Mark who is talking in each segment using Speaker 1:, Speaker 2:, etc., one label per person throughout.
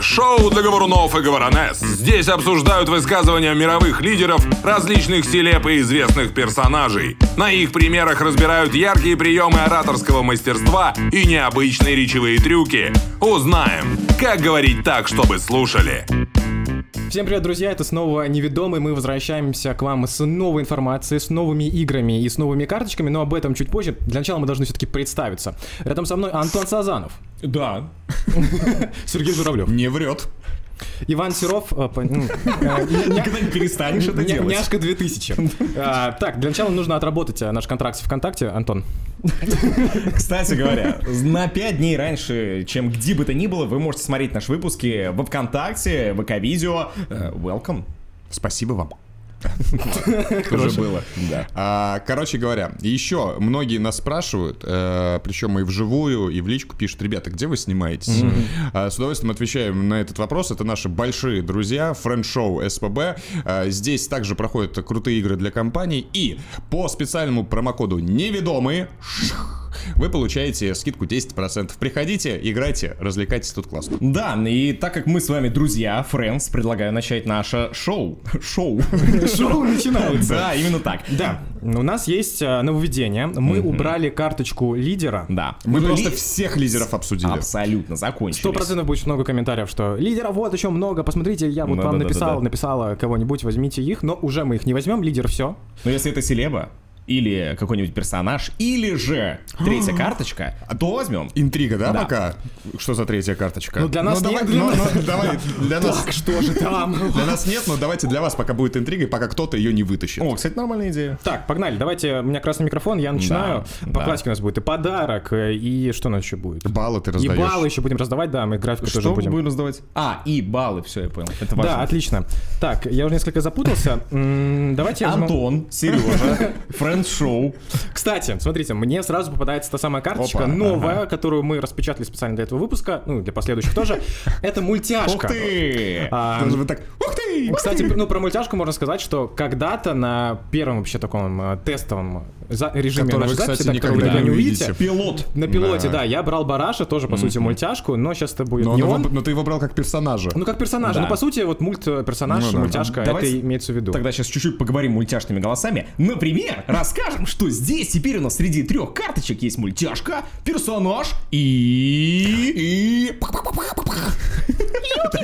Speaker 1: шоу договорунов и говоронесс. Здесь обсуждают высказывания мировых лидеров, различных селеп и известных персонажей. На их примерах разбирают яркие приемы ораторского мастерства и необычные речевые трюки. Узнаем, как говорить так, чтобы слушали.
Speaker 2: Всем привет, друзья, это снова Неведомый, мы возвращаемся к вам с новой информацией, с новыми играми и с новыми карточками, но об этом чуть позже. Для начала мы должны все-таки представиться. Рядом со мной Антон Сазанов,
Speaker 3: Да,
Speaker 2: Сергей Журавлев,
Speaker 3: не врет.
Speaker 2: Иван Серов, э, по- ну, э, ня-
Speaker 3: Никогда не перестанешь это
Speaker 2: ня-
Speaker 3: делать.
Speaker 2: Няшка 2000. А, Так, для начала нужно отработать э, наш контракт с ВКонтакте, Антон.
Speaker 3: Кстати говоря, на 5 дней раньше, чем где бы то ни было, вы можете смотреть наши выпуски во ВКонтакте, ВК-видео. Э, Welcome.
Speaker 4: Спасибо вам.
Speaker 3: Уже было. Да.
Speaker 4: А, короче говоря, еще многие нас спрашивают, э, причем и вживую, и в личку пишут, ребята, где вы снимаетесь? А, с удовольствием отвечаем на этот вопрос. Это наши большие друзья, френд-шоу СПБ. А, здесь также проходят крутые игры для компаний. И по специальному промокоду «Неведомые» шх, вы получаете скидку 10%. Приходите, играйте, развлекайтесь, тут классно.
Speaker 3: Да, и так как мы с вами друзья, friends, предлагаю начать наше шоу. Шоу.
Speaker 2: Шоу начинается.
Speaker 3: Да, именно так.
Speaker 2: Да, у нас есть э, нововведение. Мы убрали карточку лидера.
Speaker 3: Да.
Speaker 4: Мы
Speaker 3: Уже
Speaker 4: просто
Speaker 3: ли-
Speaker 4: всех лидеров обсудили.
Speaker 3: Ну Абсолютно
Speaker 2: Сто
Speaker 3: закончились.
Speaker 2: процентов будет много комментариев, что лидеров вот еще много, посмотрите, я вот
Speaker 3: Ну Да,
Speaker 2: вам
Speaker 3: да, да,
Speaker 2: написал,
Speaker 3: да.
Speaker 2: написала кого-нибудь, возьмите их, но уже мы их не возьмем, лидер все.
Speaker 3: Но если это селеба, или какой-нибудь персонаж, или же третья
Speaker 2: А.
Speaker 3: карточка, то возьмем.
Speaker 4: Интрига, да,
Speaker 3: Да.
Speaker 4: пока? Что за третья карточка?
Speaker 2: Ну, для нас
Speaker 4: давай,
Speaker 2: нет, для
Speaker 4: ну,
Speaker 2: нас-
Speaker 4: ну, давай, для нас...
Speaker 2: Так что же там?
Speaker 4: Для нас нет, но давайте для вас пока будет интрига, и пока кто-то ее не вытащит.
Speaker 3: О, кстати, нормальная идея.
Speaker 2: Так, погнали, давайте, у меня красный микрофон, я начинаю.
Speaker 3: Да,
Speaker 2: По
Speaker 3: да.
Speaker 2: классике у нас будет и подарок, э, и что у нас еще будет?
Speaker 4: Баллы ты
Speaker 2: И
Speaker 4: раздаешь.
Speaker 2: баллы еще будем раздавать, да, мы графику тоже будем.
Speaker 3: раздавать? А, и баллы, все, я понял. Это
Speaker 2: Да,
Speaker 3: важно.
Speaker 2: отлично. Так, я уже несколько запутался. М, Давайте я возьму-
Speaker 3: Антон, Сережа, френд-шоу.
Speaker 2: Кстати, смотрите, мне сразу попадается та самая карточка,
Speaker 4: Опа,
Speaker 2: новая, которую мы распечатали специально для этого выпуска, ну, и для последующих тоже. Это мультяшка.
Speaker 3: Ух ты!
Speaker 2: А,
Speaker 4: Даже вот так, ух ты!
Speaker 2: Кстати, ну про мультяшку можно сказать, что когда-то на первом вообще таком э, тестовом за- режиме
Speaker 4: Который
Speaker 2: нашей
Speaker 4: вы,
Speaker 2: записи,
Speaker 4: кстати,
Speaker 2: да, который вы никогда
Speaker 4: никогда
Speaker 2: не
Speaker 4: не
Speaker 2: увидите,
Speaker 4: увидите.
Speaker 3: Пилот.
Speaker 2: на пилоте, да. я брал Бараша, тоже, по сути, мультяшку, но сейчас это будет
Speaker 4: Но,
Speaker 2: не
Speaker 4: он его-
Speaker 2: он.
Speaker 4: но ты его брал как персонажа.
Speaker 2: Ну, как персонаж.
Speaker 3: Да.
Speaker 2: Ну, по сути, вот мульт э, персонаж,
Speaker 4: Ну да.
Speaker 2: мультяшка,
Speaker 3: Давайте
Speaker 2: это имеется в виду.
Speaker 3: Тогда сейчас чуть-чуть поговорим мультяшными голосами. Например, расскажем, что здесь теперь у нас среди трех карточек есть мультяшка, персонаж и...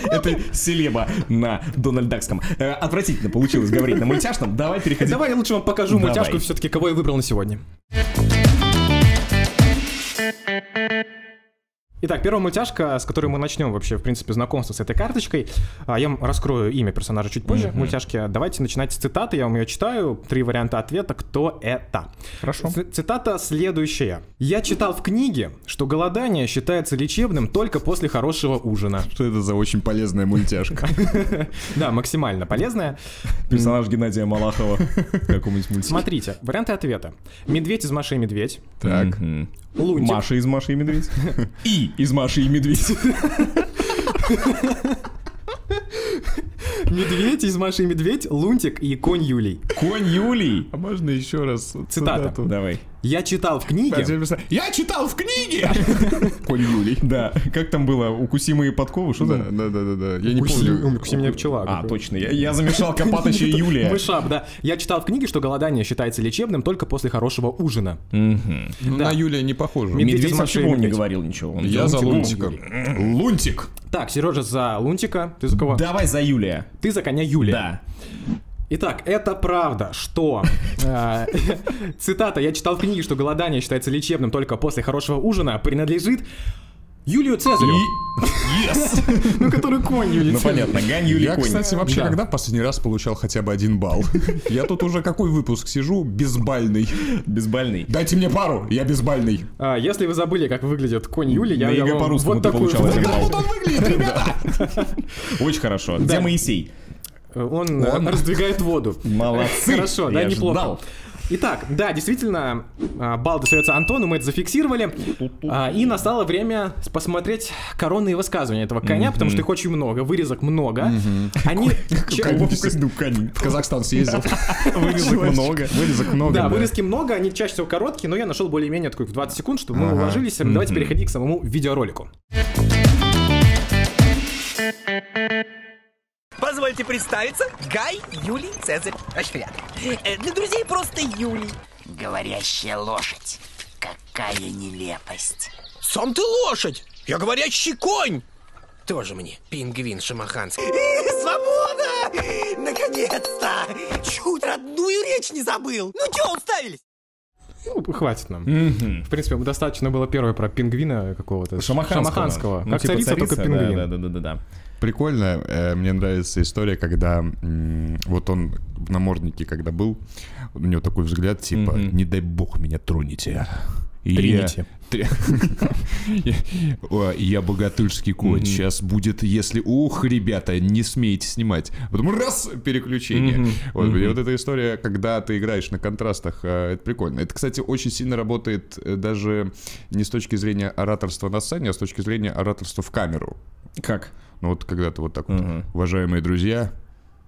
Speaker 3: Это- Это селеба на Дональдакском. Э, Отвратительно получилось говорить на мультяшном. Давай переходим.
Speaker 2: Давай я лучше вам покажу
Speaker 3: Давай.
Speaker 2: мультяшку все-таки, кого я выбрал на сегодня. Итак, первая мультяшка, с которой мы начнем вообще, в принципе, знакомство с этой карточкой. А, Я вам раскрою имя персонажа чуть позже мультяшки. Давайте начинать с цитаты, я вам ее читаю. Три варианта ответа, кто это.
Speaker 3: Хорошо.
Speaker 2: Ц- Цитата следующая. «Я читал в книге, что голодание считается лечебным только после хорошего ужина».
Speaker 4: Что это за очень полезная мультяшка?
Speaker 2: Да, максимально полезная.
Speaker 3: Персонаж Геннадия Малахова. в Каком-нибудь мультике.
Speaker 2: Смотрите, варианты ответа. «Медведь из Маши и Медведь»,
Speaker 4: Так.
Speaker 3: Мгм.
Speaker 2: «Лунтик»,
Speaker 3: Маша из Маши и Медведь. И из Маши и Медведь.
Speaker 2: Медведь из Маши и Медведь, Лунтик и Конь Юлий.
Speaker 3: Конь Юлий.
Speaker 4: А можно еще раз
Speaker 2: Цитата.
Speaker 3: Давай.
Speaker 2: Я читал в книге.
Speaker 4: Я читал в книге! Конь Юлий.
Speaker 3: Да, как там было? Укусимые подковы, что
Speaker 4: Да,
Speaker 3: там?
Speaker 4: да, да, да, да. Я не
Speaker 2: Укуси
Speaker 4: помню.
Speaker 2: укуси меня пчела.
Speaker 3: А,
Speaker 2: Какой.
Speaker 3: точно, я, я замешал Копатыча и Юлия.
Speaker 2: Мышап, да. Я читал в книге, что голодание считается лечебным только после хорошего ужина.
Speaker 4: Ну, На Юлия не похоже.
Speaker 2: Медведь
Speaker 3: Медведь
Speaker 2: из Маши
Speaker 3: вообще,
Speaker 2: и
Speaker 3: по-моему, не
Speaker 2: Медведь.
Speaker 3: говорил ничего. Он
Speaker 4: Я
Speaker 3: делал
Speaker 4: за
Speaker 3: типа-
Speaker 4: Лунтика. Лунтик!
Speaker 2: Так, Сережа за Лунтика, ты за кого?
Speaker 3: Давай за Юлия.
Speaker 2: Ты за коня Юлия.
Speaker 3: Да.
Speaker 2: Итак, это правда, что... э, Цитата. Я читал в книге, что голодание считается лечебным только после хорошего ужина, принадлежит Юлию Цезарю.
Speaker 3: Yes!
Speaker 2: Ну, который конь Юлий
Speaker 3: Ну
Speaker 2: Цезарь.
Speaker 3: понятно, Гань Юлий
Speaker 4: Я,
Speaker 3: конь.
Speaker 4: кстати, вообще
Speaker 2: Да.
Speaker 4: когда в последний раз получал хотя бы один балл? Я тут уже какой выпуск сижу безбальный.
Speaker 3: Безбальный.
Speaker 4: Дайте мне пару, я безбальный.
Speaker 2: А, Если вы забыли, как выглядит конь Юлий, я
Speaker 3: На ЕГЭ
Speaker 2: я вам
Speaker 3: по-русскому
Speaker 2: вот
Speaker 3: ты
Speaker 2: такую...
Speaker 3: получал один балл.
Speaker 4: он выглядит, ребята!
Speaker 3: Очень хорошо. Где Моисей?
Speaker 2: Он, э,
Speaker 4: Он.
Speaker 2: раздвигает воду.
Speaker 3: Молодцы.
Speaker 2: Хорошо, да,
Speaker 3: Я
Speaker 2: неплохо.
Speaker 3: ждал.
Speaker 2: Итак, да, действительно, а, балл достается Антону, мы это зафиксировали. А, И настало время с- посмотреть коронные высказывания этого коня, потому что их очень много, вырезок много. Они... чем-
Speaker 4: количество.
Speaker 3: Ну, Гань.
Speaker 4: В Казахстан съездил.
Speaker 3: Вырезок много.
Speaker 4: Вырезок много.
Speaker 2: Да, вырезки много, они чаще всего короткие, но я нашел более-менее такой в 20 секунд, чтобы мы уложились. Давайте переходить к самому видеоролику.
Speaker 5: Позвольте представиться, Гай Юлий Цезарь. А что я? Э, Для друзей просто Юлий.
Speaker 6: Говорящая лошадь. Какая нелепость.
Speaker 7: Сам ты лошадь! Я говорящий конь! Тоже мне, пингвин шамаханский.
Speaker 5: Э, Свобода! Наконец-то! Чуть родную речь не забыл. Ну чё уставились?
Speaker 2: Ну, хватит нам. В принципе, достаточно было первое про пингвина какого-то.
Speaker 3: Шамаханского.
Speaker 2: Шамаханского.
Speaker 3: Ну,
Speaker 2: Как
Speaker 3: типа
Speaker 2: царица, только
Speaker 3: царица, да,
Speaker 2: пингвин.
Speaker 3: Да, да, да, да.
Speaker 4: Прикольно, э, мне нравится история, когда м, вот он в наморднике, когда был, у него такой взгляд, типа, не дай бог меня троните. И
Speaker 2: Трините.
Speaker 4: Я, Три- О, я богатырский кот, сейчас будет, если... Ух, ребята, не смейте снимать. Потом раз, переключение. Вот, и вот эта история, когда ты играешь на контрастах, э, это прикольно. Это, кстати, очень сильно работает э, даже не с точки зрения ораторства на сцене, а с точки зрения ораторства в камеру.
Speaker 3: Как?
Speaker 4: Ну вот когда-то вот так вот, уважаемые друзья,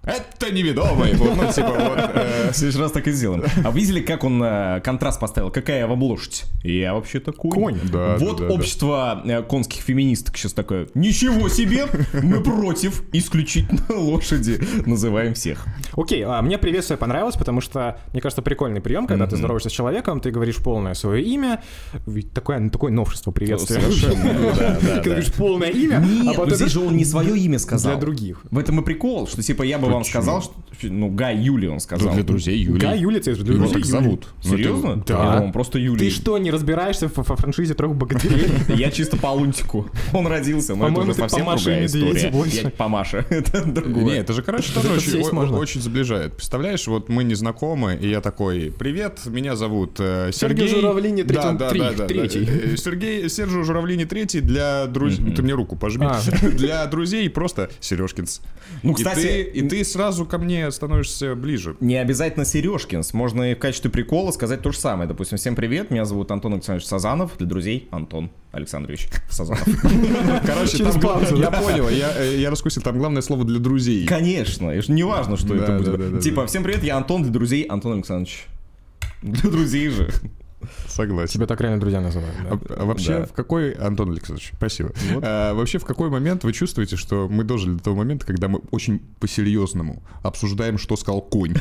Speaker 4: это неведомое. Вот, ну, типа, вот, э,
Speaker 3: В следующий раз так и сделаем. А вы видели, как он э, контраст поставил? Какая я вам лошадь? Я вообще-то конь.
Speaker 4: Конь. Да,
Speaker 3: вот
Speaker 4: да, да,
Speaker 3: общество э, конских феминисток сейчас такое. Ничего себе! Мы против исключительно лошади. Называем всех.
Speaker 2: Окей, а мне приветствие понравилось, потому что, мне кажется, прикольный прием, когда ты здороваешься с человеком, ты говоришь полное свое имя. Ведь такое, ну, такое новшество приветствия.
Speaker 4: Ну,
Speaker 2: Когда говоришь полное имя, а
Speaker 3: Нет, ну
Speaker 2: потом
Speaker 3: здесь же он не свое имя сказал.
Speaker 2: для других.
Speaker 3: В этом и прикол, что типа я бы вам сказал, что... Ну, Гай Юли он сказал.
Speaker 4: Для друзей Юли.
Speaker 2: Гай Юлия Цезарь, для
Speaker 4: Его
Speaker 2: друзей
Speaker 4: так
Speaker 2: Юлия.
Speaker 4: зовут. Ну, это-
Speaker 3: Серьезно?
Speaker 4: Да.
Speaker 3: Я думал, просто Юли.
Speaker 2: Ты что, не разбираешься во во франшизе трех богатырей?
Speaker 3: Я чисто по лунтику. Он родился, но это
Speaker 2: По-моему,
Speaker 3: уже
Speaker 2: ты
Speaker 3: совсем
Speaker 2: по Маше
Speaker 3: другая
Speaker 2: и Медведю
Speaker 3: история.
Speaker 2: больше.
Speaker 3: Я по Маше. Это
Speaker 4: Не,
Speaker 3: другое.
Speaker 4: это же, короче,
Speaker 2: это
Speaker 4: тоже очень,
Speaker 2: съесть
Speaker 4: о-
Speaker 2: можно.
Speaker 4: очень сближает. Представляешь, вот мы не знакомы, и я такой, привет, меня зовут э, Сергей.
Speaker 2: Сергей Журавлини, третий-
Speaker 4: Да, да,
Speaker 2: три-
Speaker 4: да, да, да.
Speaker 2: третий.
Speaker 4: Э, Сергей, Сержу Журавлини третий для друзей. Ты мне руку пожми.
Speaker 2: А.
Speaker 4: Для друзей просто Сережкинс.
Speaker 3: Ну,
Speaker 4: И
Speaker 3: кстати,
Speaker 4: ты- и ты сразу ко мне становишься ближе.
Speaker 3: Не обязательно Сережкинс. Можно и в качестве прикола сказать то же самое. Допустим, всем привет, меня зовут Антон Александрович Сазанов. Для друзей Антон Александрович Сазанов.
Speaker 4: Короче,
Speaker 2: Через
Speaker 4: там гла-
Speaker 2: паузу,
Speaker 4: я
Speaker 2: да.
Speaker 4: понял, я, э, я раскусил, там главное слово для друзей.
Speaker 3: Конечно, и ж- не важно, что
Speaker 4: Да,
Speaker 3: это
Speaker 4: да,
Speaker 3: будет.
Speaker 4: да, да,
Speaker 3: типа,
Speaker 4: да.
Speaker 3: всем привет, я Антон, для друзей Антон Александрович. Для друзей же.
Speaker 4: Согласен.
Speaker 2: Тебя так реально друзья называют. да?
Speaker 4: А- а вообще,
Speaker 3: Да.
Speaker 4: в какой, Антон Александрович, спасибо. А, вообще, в какой момент вы чувствуете, что мы дожили до того момента, когда мы очень по-серьезному обсуждаем, что сказал конь?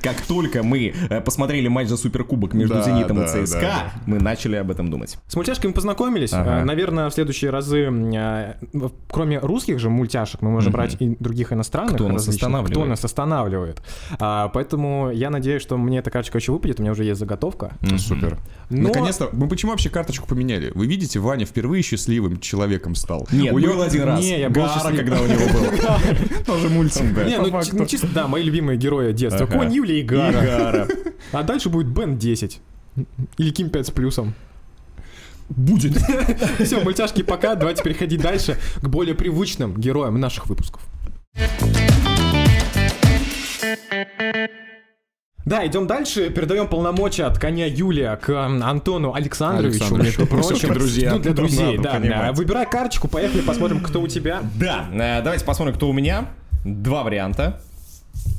Speaker 3: Как только мы э, посмотрели матч за Суперкубок между
Speaker 4: Да,
Speaker 3: Зенитом
Speaker 4: да,
Speaker 3: и ЦСКА,
Speaker 4: да.
Speaker 3: мы начали об этом думать.
Speaker 2: С мультяшками познакомились.
Speaker 3: Ага.
Speaker 2: А, Наверное, в следующие разы, м, а, в- кроме русских же мультяшек, мы можем брать и других иностранных.
Speaker 3: Кто нас
Speaker 2: различных.
Speaker 3: останавливает?
Speaker 2: Кто нас останавливает. А, Поэтому я надеюсь, что мне эта карточка еще выпадет, у меня уже есть заготовка.
Speaker 4: Супер.
Speaker 2: Но-
Speaker 4: Наконец-то, мы почему вообще карточку поменяли? Вы видите, Ваня впервые счастливым человеком стал.
Speaker 3: Нет,
Speaker 4: Ну, У него-
Speaker 3: был один раз.
Speaker 2: Не, я был
Speaker 3: Гара,
Speaker 2: счастлив.
Speaker 3: когда у него был.
Speaker 4: Тоже мультик, да.
Speaker 2: Не, ну,
Speaker 3: по
Speaker 2: чи- ну, чисто, да, мои любимые герои детства.
Speaker 3: Ага.
Speaker 2: Конь, Юлия и
Speaker 3: И
Speaker 2: Гара.
Speaker 3: Гара.
Speaker 2: А дальше будет Бен 10. Или Ким 5 с плюсом.
Speaker 3: Будет.
Speaker 2: Все, мультяшки пока, давайте переходить дальше к более привычным героям наших выпусков. Да, идем дальше. Передаем полномочия от коня Юлия к м, Антону Александровичу,
Speaker 4: Александровичу.
Speaker 2: между прочим.
Speaker 4: Всё-таки друзья.
Speaker 2: Ну, для друзей,
Speaker 3: Надо
Speaker 2: да.
Speaker 3: понимать.
Speaker 2: А, Выбирай карточку, поехали посмотрим, кто у тебя.
Speaker 3: Да, э, давайте посмотрим, кто у меня. Два варианта.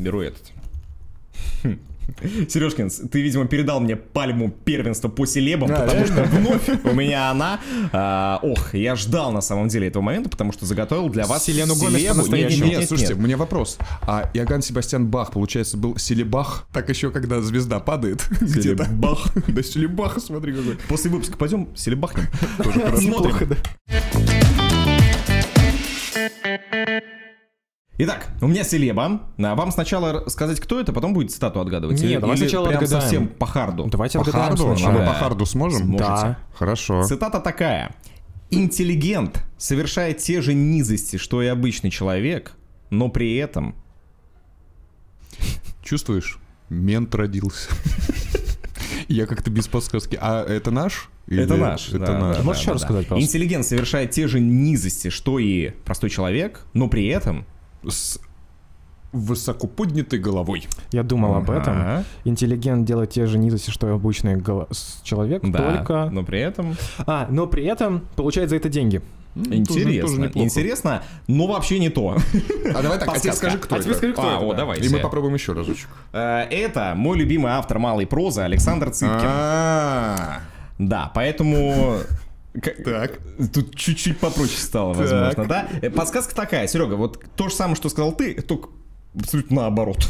Speaker 3: Беру этот. Хм. Сережкинс, ты, видимо, передал мне пальму первенства по селебам,
Speaker 2: А,
Speaker 3: потому что вновь у меня она. А, ох, я ждал на самом деле этого момента, потому что заготовил для вас
Speaker 2: Селену Гомес
Speaker 3: селебу.
Speaker 2: по-настоящему.
Speaker 3: Нет, нет,
Speaker 4: Нет,
Speaker 3: нет,
Speaker 4: слушайте,
Speaker 3: нет.
Speaker 4: у меня вопрос. А Иоганн Себастьян Бах, получается, был Селебах? Так еще, когда звезда падает где-то. Бах. Да Селебах, смотри какой.
Speaker 3: После выпуска пойдем селебахнем.
Speaker 4: Тоже хорошо.
Speaker 2: Неплохо, да.
Speaker 3: Итак, у меня селеба. А Вам сначала сказать, кто это, потом будет цитату отгадывать.
Speaker 2: Не,
Speaker 3: Или-
Speaker 2: давай
Speaker 3: или
Speaker 2: сначала
Speaker 3: прям
Speaker 2: отгадаем.
Speaker 3: совсем по харду.
Speaker 2: Давайте
Speaker 4: По
Speaker 2: отгадаем
Speaker 4: харду? А
Speaker 2: сначала.
Speaker 4: мы по харду сможем?
Speaker 2: Да.
Speaker 4: Хорошо.
Speaker 3: Цитата такая. Интеллигент совершает те же низости, что и обычный человек, но при этом...
Speaker 4: Чувствуешь? Мент родился. Я как-то без подсказки. А это наш? Или-
Speaker 3: Это наш.
Speaker 4: Это
Speaker 3: да,
Speaker 4: наш.
Speaker 3: да,
Speaker 2: Можешь
Speaker 3: да,
Speaker 2: еще
Speaker 3: да.
Speaker 2: раз сказать, пожалуйста?
Speaker 3: Интеллигент совершает те же низости, что и простой человек, но при этом...
Speaker 4: С высокоподнятой головой.
Speaker 2: Я думал об
Speaker 3: Ага.
Speaker 2: этом. Интеллигент делает те же низости, что и обычный голо- с- человек,
Speaker 3: Да,
Speaker 2: только...
Speaker 3: но при этом...
Speaker 2: А, но при этом получает за это деньги.
Speaker 3: Интересно.
Speaker 4: Ну, тоже неплохо.
Speaker 3: интересно, но вообще не то.
Speaker 4: А давай так, а теперь
Speaker 3: Подсказка.
Speaker 4: скажи, кто
Speaker 2: А теперь
Speaker 4: это.
Speaker 2: скажи, кто
Speaker 3: А,
Speaker 2: это,
Speaker 3: о,
Speaker 2: да.
Speaker 4: И
Speaker 3: давайте.
Speaker 4: мы попробуем еще разочек.
Speaker 3: Э, Это мой любимый автор малой прозы Александр Цыпкин.
Speaker 4: А,
Speaker 3: Да, поэтому Как-
Speaker 4: Так.
Speaker 3: Тут чуть-чуть попроще стало, возможно, да? Э, Подсказка такая, Серега, вот то же самое, что сказал ты, только абсолютно наоборот.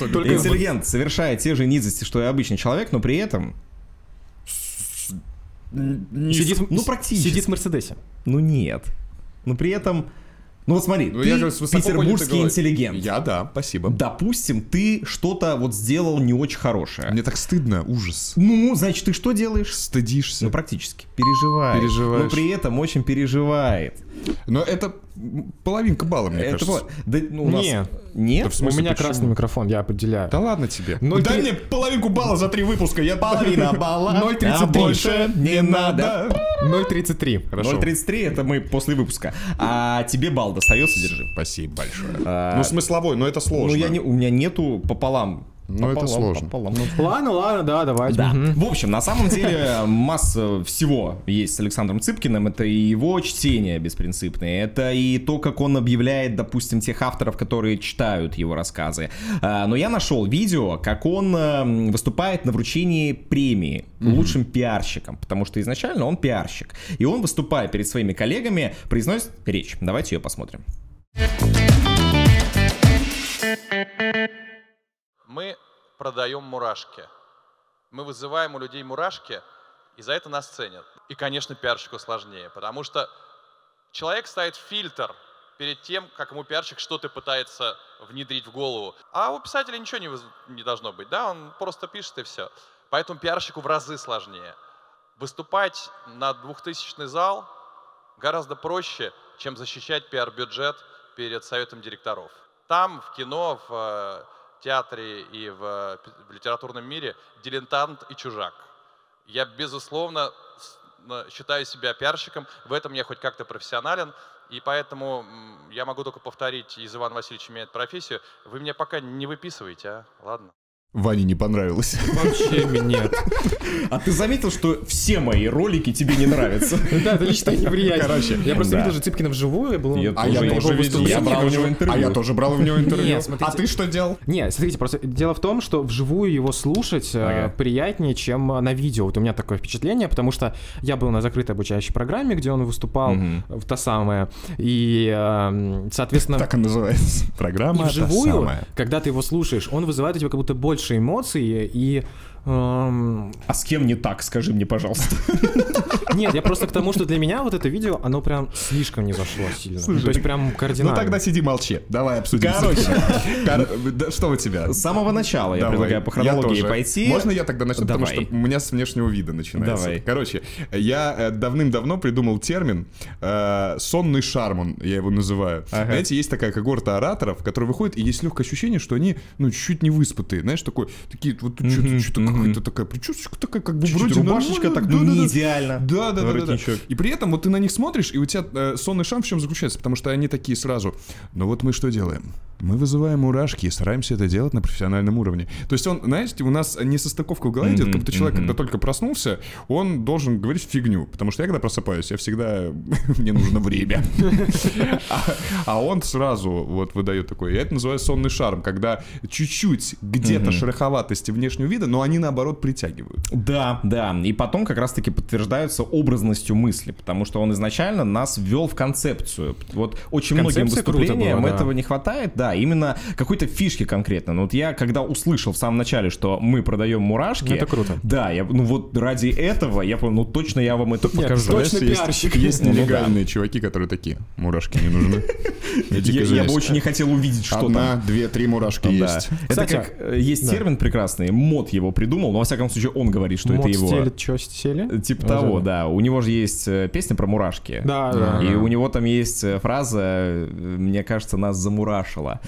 Speaker 3: Интеллигент совершает те же низости, что и обычный человек, но при этом...
Speaker 2: Сидит,
Speaker 3: ну, практически.
Speaker 2: Сидит в Мерседесе.
Speaker 3: Ну нет. Но при этом... Ну вот смотри,
Speaker 4: Ну,
Speaker 3: ты
Speaker 4: я, кажется, высоко поднятой
Speaker 3: петербургский
Speaker 4: головой.
Speaker 3: интеллигент.
Speaker 4: Я, да, спасибо.
Speaker 3: Допустим, ты что-то вот сделал не очень хорошее.
Speaker 4: Мне так стыдно, ужас.
Speaker 3: Ну, значит, ты что делаешь?
Speaker 4: Стыдишься.
Speaker 3: Ну, практически. Переживаешь.
Speaker 4: Переживаешь.
Speaker 3: Но при этом очень переживает.
Speaker 4: Но это м, половинка балла, мне
Speaker 3: Это
Speaker 4: кажется.
Speaker 3: было... Да, ну, у нас...
Speaker 2: Не.
Speaker 3: Нет?
Speaker 4: Да в
Speaker 2: У
Speaker 4: смысле,
Speaker 2: меня
Speaker 4: почему?
Speaker 2: красный микрофон, я определяю.
Speaker 4: Да ладно тебе.
Speaker 2: Ноль
Speaker 4: Дай
Speaker 2: три-
Speaker 4: мне половинку балла за три выпуска. Я половина балла.
Speaker 2: 0,33.
Speaker 4: А больше не надо.
Speaker 2: 0,33. Хорошо.
Speaker 3: 0.33 это мы после выпуска. А тебе балл достается, держи.
Speaker 4: Спасибо большое. Ну, смысловой, но это сложно.
Speaker 3: А, Ну, я не, у меня нету пополам.
Speaker 4: Ну, это
Speaker 3: Пополам,
Speaker 4: сложно.
Speaker 3: пополам.
Speaker 2: Ладно, ладно, да, давайте.
Speaker 3: Да.
Speaker 2: Мгм.
Speaker 3: В общем, на самом деле масса всего есть с Александром Цыпкиным. Это и его чтение беспринципное, это и то, как он объявляет, допустим, тех авторов, которые читают его рассказы. А, Но я нашел видео, как он эм, выступает на вручении премии лучшим пиарщиком, потому что изначально он пиарщик. И он, выступая перед своими коллегами, произносит речь. Давайте ее посмотрим.
Speaker 8: Мы продаем мурашки. Мы вызываем у людей мурашки, и за это нас ценят. И, конечно, пиарщику сложнее, потому что человек ставит фильтр перед тем, как ему пиарщик что-то пытается внедрить в голову. А у писателя ничего не, выз- не должно быть, да, он просто пишет и все. Поэтому пиарщику в разы сложнее. Выступать на 2000 зал гораздо проще, чем защищать пиар-бюджет перед советом директоров. Там, в кино, в э, театре и в, э, пи- в литературном мире дилетант и чужак. Я, безусловно, с- на- считаю себя пиарщиком, в этом я хоть как-то профессионален, и поэтому м, я могу только повторить, из Ивана Васильевича меняет профессию, вы меня пока не выписываете, а? Ладно.
Speaker 4: Ване не понравилось.
Speaker 2: Вообще нет.
Speaker 3: А ты заметил, что все мои ролики тебе не нравятся?
Speaker 2: Да, это личная неприязнь.
Speaker 4: Короче,
Speaker 2: я просто
Speaker 3: да.
Speaker 2: видел же Цыпкина вживую, и был...
Speaker 3: Я
Speaker 4: А
Speaker 3: Уже
Speaker 4: я
Speaker 3: его
Speaker 4: тоже видел.
Speaker 3: выступление. Я брал у него
Speaker 4: А я
Speaker 3: интервью.
Speaker 4: тоже брал у него интервью.
Speaker 2: Нет, смотрите.
Speaker 4: А ты что делал?
Speaker 2: Не, смотрите, просто дело в том, что вживую его слушать э,
Speaker 3: Ага.
Speaker 2: приятнее, чем э, на видео. Вот у меня такое впечатление, потому что я был на закрытой обучающей программе, где он выступал,
Speaker 3: Мгм.
Speaker 2: в та самая. И, э, соответственно,
Speaker 4: Так и называется.
Speaker 2: и
Speaker 4: Программа та
Speaker 2: вживую,
Speaker 4: самая.
Speaker 2: когда ты его слушаешь, он вызывает у тебя как будто больше эмоций и... эм,
Speaker 3: А с кем не так, скажи мне, пожалуйста.
Speaker 2: Нет, я просто к тому, что для меня вот это видео, оно прям слишком не зашло сильно.
Speaker 4: Слушай,
Speaker 2: То есть
Speaker 4: ты-
Speaker 2: прям
Speaker 4: Ну
Speaker 2: кардинально.
Speaker 4: тогда сиди молчи. Давай обсудим.
Speaker 3: Короче.
Speaker 4: Кор- да Что у тебя?
Speaker 3: С самого начала я
Speaker 4: Давай.
Speaker 3: предлагаю по хронологии
Speaker 4: тоже.
Speaker 3: пойти.
Speaker 4: Можно я тогда начну, потому
Speaker 3: Давай.
Speaker 4: что у меня с внешнего вида начинается.
Speaker 3: Давай.
Speaker 4: Короче, я э, давным-давно придумал термин э, «сонный шарман», я его называю. Знаете, есть такая когорта ораторов, которые выходят, и есть легкое ощущение, что они, ну, чуть не выспатые. Знаешь, такой, такие, вот тут что-то, что-то какая-то такая причесочка такая, как бы
Speaker 3: Чуть-чуть
Speaker 4: вроде
Speaker 3: рубашечка
Speaker 4: нормально,
Speaker 3: так, ну, не
Speaker 4: да-да-да.
Speaker 3: идеально.
Speaker 4: Да, да, да, да, да.
Speaker 3: Воротничок.
Speaker 4: И при этом вот ты на них смотришь, и у тебя э, сонный шарм в чем заключается? Потому что они такие сразу. Ну вот мы что делаем? Мы вызываем мурашки и стараемся это делать на профессиональном уровне. То есть он, знаете, у нас не состыковка в голове идет, как будто человек, когда только проснулся, он должен говорить фигню. Потому что я, когда просыпаюсь, я всегда... Мне нужно время. А- А он сразу вот выдает такой. Я это называю сонный шарм, когда чуть-чуть где-то шероховатости внешнего вида, но они, наоборот, притягивают.
Speaker 3: Да, да. И потом как раз-таки подтверждаются образностью мысли, потому что он изначально нас ввел в концепцию. Вот очень многим
Speaker 2: Концепция круто
Speaker 3: выступлениям
Speaker 2: была, да.
Speaker 3: этого не хватает, да, именно какой-то фишки конкретно. Ну вот я когда услышал в самом начале, что мы продаем мурашки...
Speaker 2: Ну, это круто.
Speaker 3: Да, я, ну вот ради этого я понял, ну точно я вам это покажу.
Speaker 2: точно
Speaker 4: Знаешь, есть-
Speaker 2: пиарщик.
Speaker 4: Есть
Speaker 3: Ну да.
Speaker 4: нелегальные чуваки, которые такие, мурашки не нужны. Я дико
Speaker 3: Я, я
Speaker 4: жалеюсь.
Speaker 3: бы очень не хотел увидеть, что там.
Speaker 4: Одна, две, три мурашки
Speaker 3: Да.
Speaker 4: есть.
Speaker 2: Кстати,
Speaker 3: это как э, есть
Speaker 2: да.
Speaker 3: термин прекрасный, мод его придумал, но во всяком случае он говорит, что
Speaker 2: ну, Мод
Speaker 3: это его.
Speaker 2: стелет, чё, стелет?
Speaker 3: Типа того, да. У него же есть э, песня про мурашки.
Speaker 2: Да, да.
Speaker 3: И у него там есть э, фраза э, «Мне кажется, нас замурашило».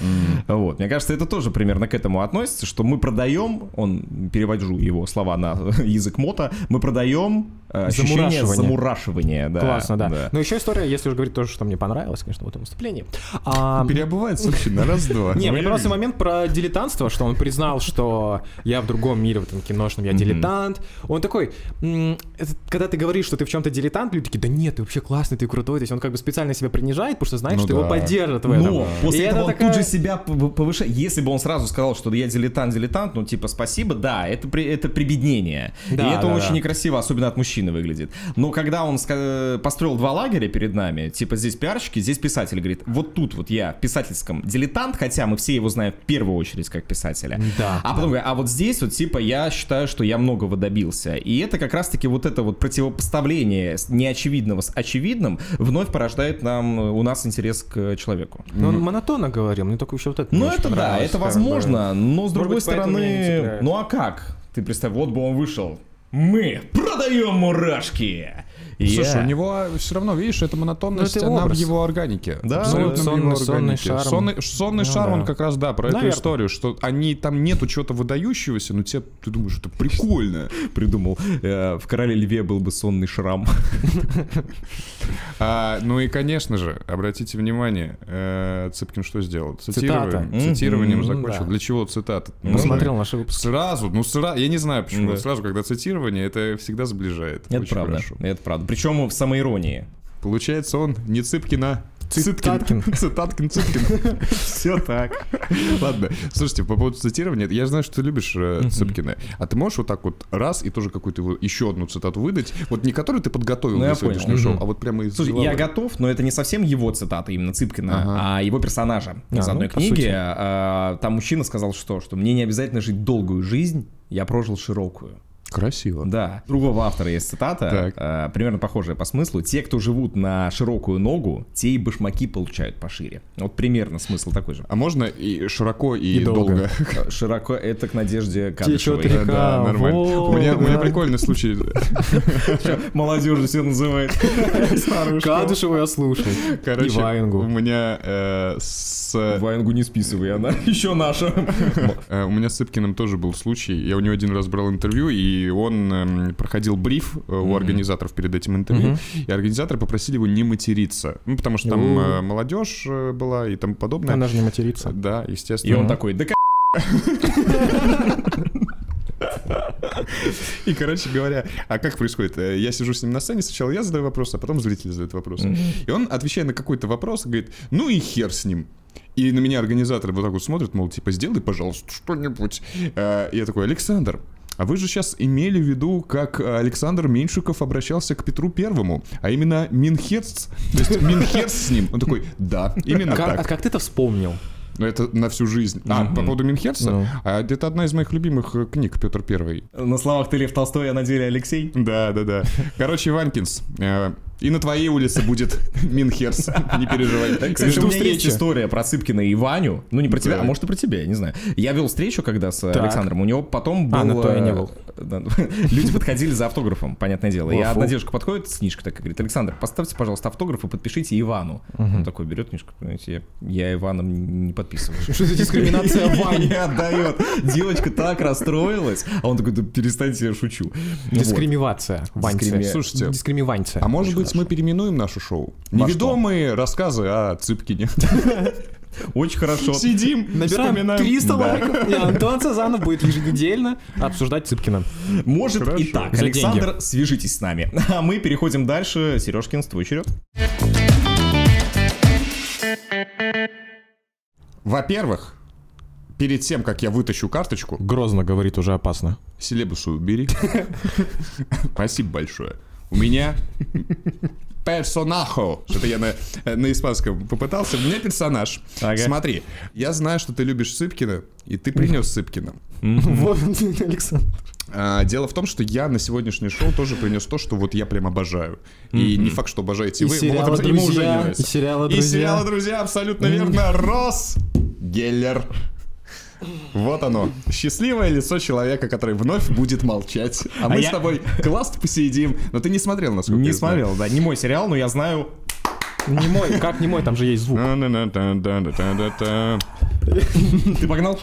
Speaker 3: Вот. Мне кажется, это тоже примерно к этому относится, что мы продаем, он, перевожу его слова на язык мота, мы продаем э, ощущение
Speaker 2: Замурашивание.
Speaker 3: замурашивания. Да,
Speaker 2: Классно, да. Но еще история, если уж говорить то, что мне понравилось, конечно, в этом выступлении. А,
Speaker 4: Переобувается вообще на раз-два.
Speaker 3: А
Speaker 2: Не, мне просто момент про дилетантство, что он признал, что я в другом мире, в этом киношном, я дилетант. Он такой, м, это когда ты говоришь, что ты в чем-то дилетант, люди такие, да нет, ты вообще классный, ты крутой. То есть он как бы специально себя принижает, потому что знает,
Speaker 4: Ну
Speaker 2: что его
Speaker 4: да.
Speaker 2: поддержат в этом.
Speaker 3: Но после
Speaker 2: И
Speaker 3: этого
Speaker 2: это
Speaker 3: он
Speaker 2: такая-
Speaker 3: тут же себя пов- повышает. Если бы он сразу сказал, что я дилетант-дилетант, ну типа спасибо, да, это, при- это прибеднение.
Speaker 2: Да,
Speaker 3: и это
Speaker 2: да,
Speaker 3: очень
Speaker 2: да.
Speaker 3: некрасиво, особенно от мужчины выглядит. Но когда он ска- э, построил два лагеря перед нами, типа здесь пиарщики, здесь писатель, говорит, вот тут вот я в писательском дилетант, хотя мы все его знаем в первую очередь как писателя.
Speaker 2: Да.
Speaker 3: А потом, говорю, а вот здесь вот, типа, я считаю, что я многого добился. И это как раз-таки вот это вот противопоставление с неочевидного с очевидным вновь порождает нам, э, у нас интерес к э, человеку.
Speaker 2: Но Ну, он монотонно говорил, мне только еще вот это не
Speaker 3: Ну
Speaker 2: очень
Speaker 3: это да,
Speaker 2: понравилось,
Speaker 3: это
Speaker 2: как бы.
Speaker 3: возможно, но с другой
Speaker 2: быть, поэтому меня не
Speaker 3: стороны,
Speaker 2: цепляет.
Speaker 3: ну а как? Ты представь, вот бы он вышел. Мы продаем мурашки! И
Speaker 4: Слушай,
Speaker 3: я-
Speaker 4: у него все равно, видишь, это монотонность,
Speaker 2: Ну, это
Speaker 4: она в
Speaker 2: образ.
Speaker 4: его органике.
Speaker 3: Да,
Speaker 4: Абсолютно
Speaker 2: да.
Speaker 4: в его
Speaker 2: Сонный- сонный
Speaker 4: органике.
Speaker 2: шарм.
Speaker 4: Сонный, сонный
Speaker 2: Ну
Speaker 4: шар,
Speaker 2: да.
Speaker 4: он как раз, да, про
Speaker 2: Наверное.
Speaker 4: эту историю, что они, там нету чего-то выдающегося, но тебе, ты думаешь, это прикольно.
Speaker 3: придумал. э, В короле льве был бы сонный шрам.
Speaker 4: А, ну и, конечно же, обратите внимание, э, Цыпкин что сделал? Цитированием.
Speaker 2: Цитата.
Speaker 4: Цитированием
Speaker 2: Мгм,
Speaker 4: закончил.
Speaker 2: да.
Speaker 4: Для чего цитата?
Speaker 2: Ну, Посмотрел наши выпуски.
Speaker 4: Сразу, ну сразу, я не знаю почему,
Speaker 3: Да.
Speaker 4: сразу, когда цитирование, это всегда сближает.
Speaker 3: Это
Speaker 4: Очень
Speaker 3: правда,
Speaker 4: хорошо.
Speaker 3: это правда. Причем в самоиронии.
Speaker 4: Получается, он не Цыпкин, а
Speaker 2: Цитаткин.
Speaker 4: Цыткин. Цитаткин, Цыпкин. Все так. Ладно. Слушайте, по поводу цитирования, я знаю, что ты любишь э, Цыпкина. А ты можешь вот так вот раз и тоже какую-то его- еще одну цитату выдать? Вот не которую ты подготовил
Speaker 3: Ну, я
Speaker 4: для
Speaker 3: понял.
Speaker 4: сегодняшнего шоу, а вот прямо из
Speaker 3: Слушай,
Speaker 4: головы.
Speaker 3: я готов, но это не совсем его цитата, именно Цыпкина, а его персонажа из
Speaker 2: ну,
Speaker 3: одной
Speaker 2: по
Speaker 3: книги.
Speaker 2: сути.
Speaker 3: А, Там мужчина сказал, что, что мне не обязательно жить долгую жизнь, я прожил широкую.
Speaker 4: Красиво.
Speaker 3: Да. типа, Другого автора есть цитата,
Speaker 4: Так.
Speaker 3: э, примерно похожая по смыслу. Те, кто живут на широкую ногу, те и башмаки получают пошире. Вот примерно смысл такой же.
Speaker 4: А можно и широко, и,
Speaker 2: И долго.
Speaker 4: долго.
Speaker 3: Э, Широко это к Надежде
Speaker 2: Течет
Speaker 3: Кадышевой.
Speaker 2: река,
Speaker 4: Да,
Speaker 3: А
Speaker 4: нормально. У меня, у меня
Speaker 2: Волга.
Speaker 4: прикольный случай.
Speaker 3: Молодежь все называет.
Speaker 2: Кадышева я слушал.
Speaker 4: Короче,
Speaker 2: и Ваенгу.
Speaker 4: у меня э, с...
Speaker 3: Ваенгу не списывай, она еще наша.
Speaker 4: Э, У меня с Цыпкиным тоже был случай. Я у него один раз брал интервью, и он эм, проходил бриф э, у организаторов перед этим интервью. И организаторы попросили его не материться. Ну, потому что там э, молодежь э, была и тому подобное.
Speaker 2: Она же не матерится.
Speaker 4: Да, естественно.
Speaker 3: И он такой, да
Speaker 4: И, короче говоря, а как происходит? Э, Я сижу с ним на сцене, сначала я задаю вопрос, а потом зритель задает вопрос. И он, отвечая на какой-то вопрос, говорит, ну и хер с ним. И на меня организаторы вот так вот смотрят, мол, типа, сделай, пожалуйста, что-нибудь. Э, И я такой, Александр, а вы же сейчас имели в виду, как э, Александр Меньшиков обращался к Петру Первому, а именно Минхерц, то есть Минхерц с ним. Он такой, да, именно
Speaker 2: Как, а
Speaker 4: так.
Speaker 2: как ты это вспомнил?
Speaker 3: Ну
Speaker 4: Но это на всю жизнь. А, по поводу Минхерца? А, Это одна из моих любимых э, книг, Петр Первый.
Speaker 3: На словах ты Лев Толстой, а на деле Алексей.
Speaker 4: Да, да, да. Короче, Ванкинс, э, и на твоей улице будет Минхерс, не переживай.
Speaker 3: Кстати,
Speaker 4: Жду
Speaker 3: у меня есть
Speaker 4: встречи.
Speaker 3: история про Цыпкина и Ваню. Ну, не про тебя,
Speaker 4: Так.
Speaker 3: а может и про тебя, я не знаю. Я вел встречу когда с э, Александром, у него потом был...
Speaker 2: А, на то я не
Speaker 3: э,
Speaker 2: был.
Speaker 3: да, Люди подходили за автографом, понятное дело. И
Speaker 2: О, фу.
Speaker 3: одна девушка подходит с книжкой так и говорит, Александр, поставьте, пожалуйста, автограф и подпишите Ивану. Он такой берет книжку, понимаете, я я Иваном не подписываю.
Speaker 2: Что за дискриминация
Speaker 3: Не
Speaker 2: Вани?
Speaker 3: отдает. Девочка так расстроилась. А он такой, да перестаньте, я шучу. Ну вот.
Speaker 2: Дискримивация. Ваньцы.
Speaker 3: Дискрими-
Speaker 4: Слушайте,
Speaker 2: Дискримиванция.
Speaker 4: А может быть, мы переименуем наше шоу? Неведомые рассказы о Цыпкине.
Speaker 3: Очень хорошо.
Speaker 4: Сидим,
Speaker 2: Набираем
Speaker 4: вспоминаем.
Speaker 2: 300 лайков, и Антон Сазанов будет еженедельно обсуждать Цыпкина.
Speaker 3: Может и
Speaker 4: Хорошо.
Speaker 3: так.
Speaker 2: За
Speaker 3: Александр, свяжитесь с нами. А мы переходим дальше. Сережкин, твой черед.
Speaker 4: Во-первых, перед тем, как я вытащу карточку,
Speaker 2: Грозно говорит уже опасно.
Speaker 4: Селебусу убери. Спасибо большое. У меня персонахо. Что-то я на, э, на испанском попытался. У меня персонаж.
Speaker 3: Ага.
Speaker 4: Смотри, я знаю, что ты любишь Сыпкина, и ты принес Сыпкина.
Speaker 2: Вот, Александр.
Speaker 4: А, дело в том, что я на сегодняшнее шоу тоже принес то, что вот я прям обожаю. И не факт, что обожаете
Speaker 2: И
Speaker 4: вы.
Speaker 2: сериала
Speaker 4: Влад, ему уже
Speaker 2: «Друзья»,
Speaker 4: не нравится.
Speaker 2: и сериала
Speaker 4: И
Speaker 2: «Друзья».
Speaker 4: сериала «Друзья», абсолютно верно. Рос Геллер. Вот оно. Счастливое лицо человека, который вновь будет молчать. А, мы
Speaker 3: я-
Speaker 4: с тобой классно посидим. Но ты не смотрел, насколько
Speaker 3: Не
Speaker 4: я знаю.
Speaker 3: смотрел, да. Не мой сериал, но я знаю
Speaker 2: Не мой, как не мой, там же есть звук.
Speaker 4: Та-на-на-та-да-да-та-да-та.
Speaker 3: Ты погнал?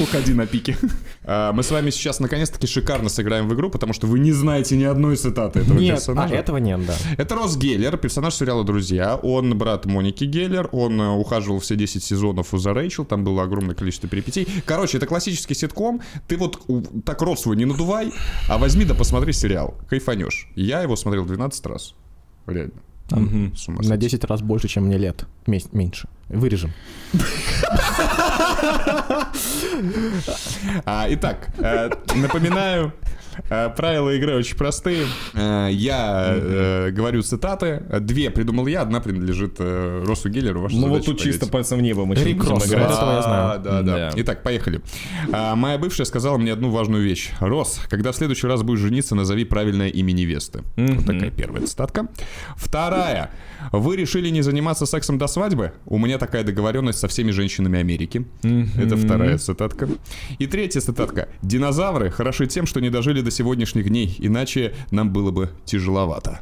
Speaker 4: Уходи на пике. А, Мы с вами сейчас наконец-таки шикарно сыграем в игру, потому что вы не знаете ни одной цитаты этого
Speaker 2: Нет, а
Speaker 4: персонажа.
Speaker 2: этого нет, да.
Speaker 4: Это Рос Геллер, персонаж сериала «Друзья». Он брат Моники Геллер, он э, ухаживал все 10 сезонов за Рэйчел, там было огромное количество перипетий. Короче, это классический ситком. Ты вот у- так рот свой не надувай, а возьми да посмотри сериал. Кайфанешь. Я его смотрел 12 раз. Реально. С ума
Speaker 2: На
Speaker 4: сойти.
Speaker 2: 10 раз больше, чем мне лет. Месяц меньше. Вырежем.
Speaker 4: А, итак, э, напоминаю, э, правила игры очень простые. Э, я э, говорю цитаты. Две придумал я, одна принадлежит э, Росу Геллеру. Ваша
Speaker 3: Ну вот
Speaker 4: задача
Speaker 3: тут чисто
Speaker 4: проверить.
Speaker 3: пальцем в небо мы
Speaker 2: Рик
Speaker 3: будем
Speaker 2: Росс,
Speaker 3: играть.
Speaker 2: вот этого я знаю.
Speaker 4: А, Да, да.
Speaker 3: Да.
Speaker 4: Итак, поехали. А, Моя бывшая сказала мне одну важную вещь. Рос, когда в следующий раз будешь жениться, назови правильное имя невесты. Вот такая первая цитатка. Вторая. Вы решили не заниматься сексом до свадьбы? У меня такая договоренность со всеми женщинами Америки. Это вторая цитатка. И третья цитатка. Динозавры хороши тем, что не дожили до сегодняшних дней, иначе нам было бы тяжеловато.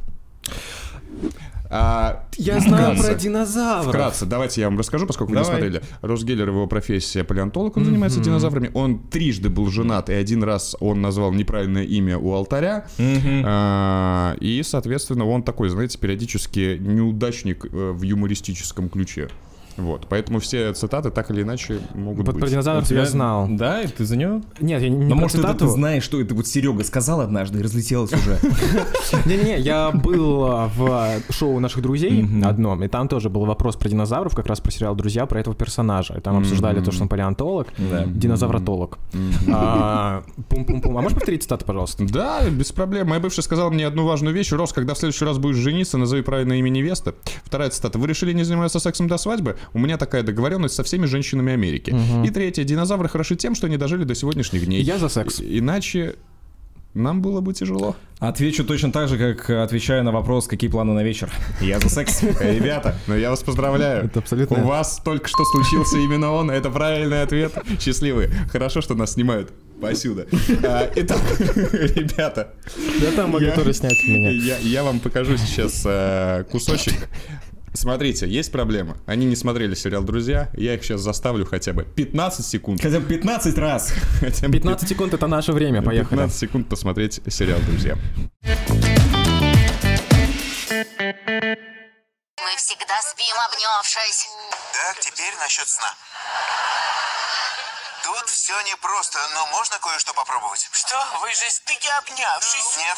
Speaker 4: А,
Speaker 2: Я знаю
Speaker 4: вкратце.
Speaker 2: про динозавра.
Speaker 4: Вкратце, давайте я вам расскажу, поскольку вы не
Speaker 3: Давай.
Speaker 4: смотрели. Росгеллер, его профессия палеонтолог, он занимается динозаврами. Он трижды был женат, и один раз он назвал неправильное имя у алтаря. А, И, соответственно, он такой, знаете, периодически неудачник э, в юмористическом ключе. Вот, поэтому все цитаты так или иначе могут
Speaker 2: Вот про
Speaker 4: быть.
Speaker 2: динозавров я знал.
Speaker 3: Да, и ты за него?
Speaker 2: Нет, я не
Speaker 3: Ну,
Speaker 2: про
Speaker 3: может, это ты
Speaker 2: цитату.
Speaker 3: знаешь, что это вот Серега сказал однажды и разлетелось уже.
Speaker 2: Не-не, я был а, в шоу наших друзей одном, и там тоже был вопрос про динозавров, как раз про сериал «Друзья», про этого персонажа. И там обсуждали то, что он палеонтолог, динозавротолог. А, Пум-пум-пум. А можешь повторить цитату, пожалуйста?
Speaker 4: Да, без проблем. Моя бывшая сказала мне одну важную вещь. Рос, когда в следующий раз будешь жениться, назови правильное имя невесты. Вторая цитата. Вы решили не заниматься сексом до свадьбы? У меня такая договоренность со всеми женщинами Америки. И третья. Динозавры хороши тем, что не дожили до сегодняшних дней.
Speaker 2: Я за секс.
Speaker 4: И- Иначе нам было бы тяжело.
Speaker 3: Отвечу точно так же, как э, отвечаю на вопрос, какие планы на вечер. Э, Я за секс.
Speaker 4: Ребята, ну я вас поздравляю.
Speaker 2: Это абсолютно-
Speaker 4: У вас только что случился именно он. Это правильный ответ. Счастливы. Хорошо, что нас снимают. Посюда. А, Итак, ребята,
Speaker 2: Да там могли
Speaker 4: Я-
Speaker 2: тоже снять меня.
Speaker 4: Я, я вам покажу сейчас э, кусочек. Смотрите, есть проблема. Они не смотрели сериал «Друзья». Я их сейчас заставлю хотя бы 15 секунд.
Speaker 3: Хотя бы 15 раз.
Speaker 4: Хотя бы
Speaker 2: 15 секунд — это наше время, поехали.
Speaker 4: 15 секунд посмотреть сериал «Друзья».
Speaker 9: Мы всегда спим, обнявшись.
Speaker 5: Так, теперь насчет сна. Тут все непросто, но можно кое-что попробовать. Что? Вы же стыки обнявшись? Нет.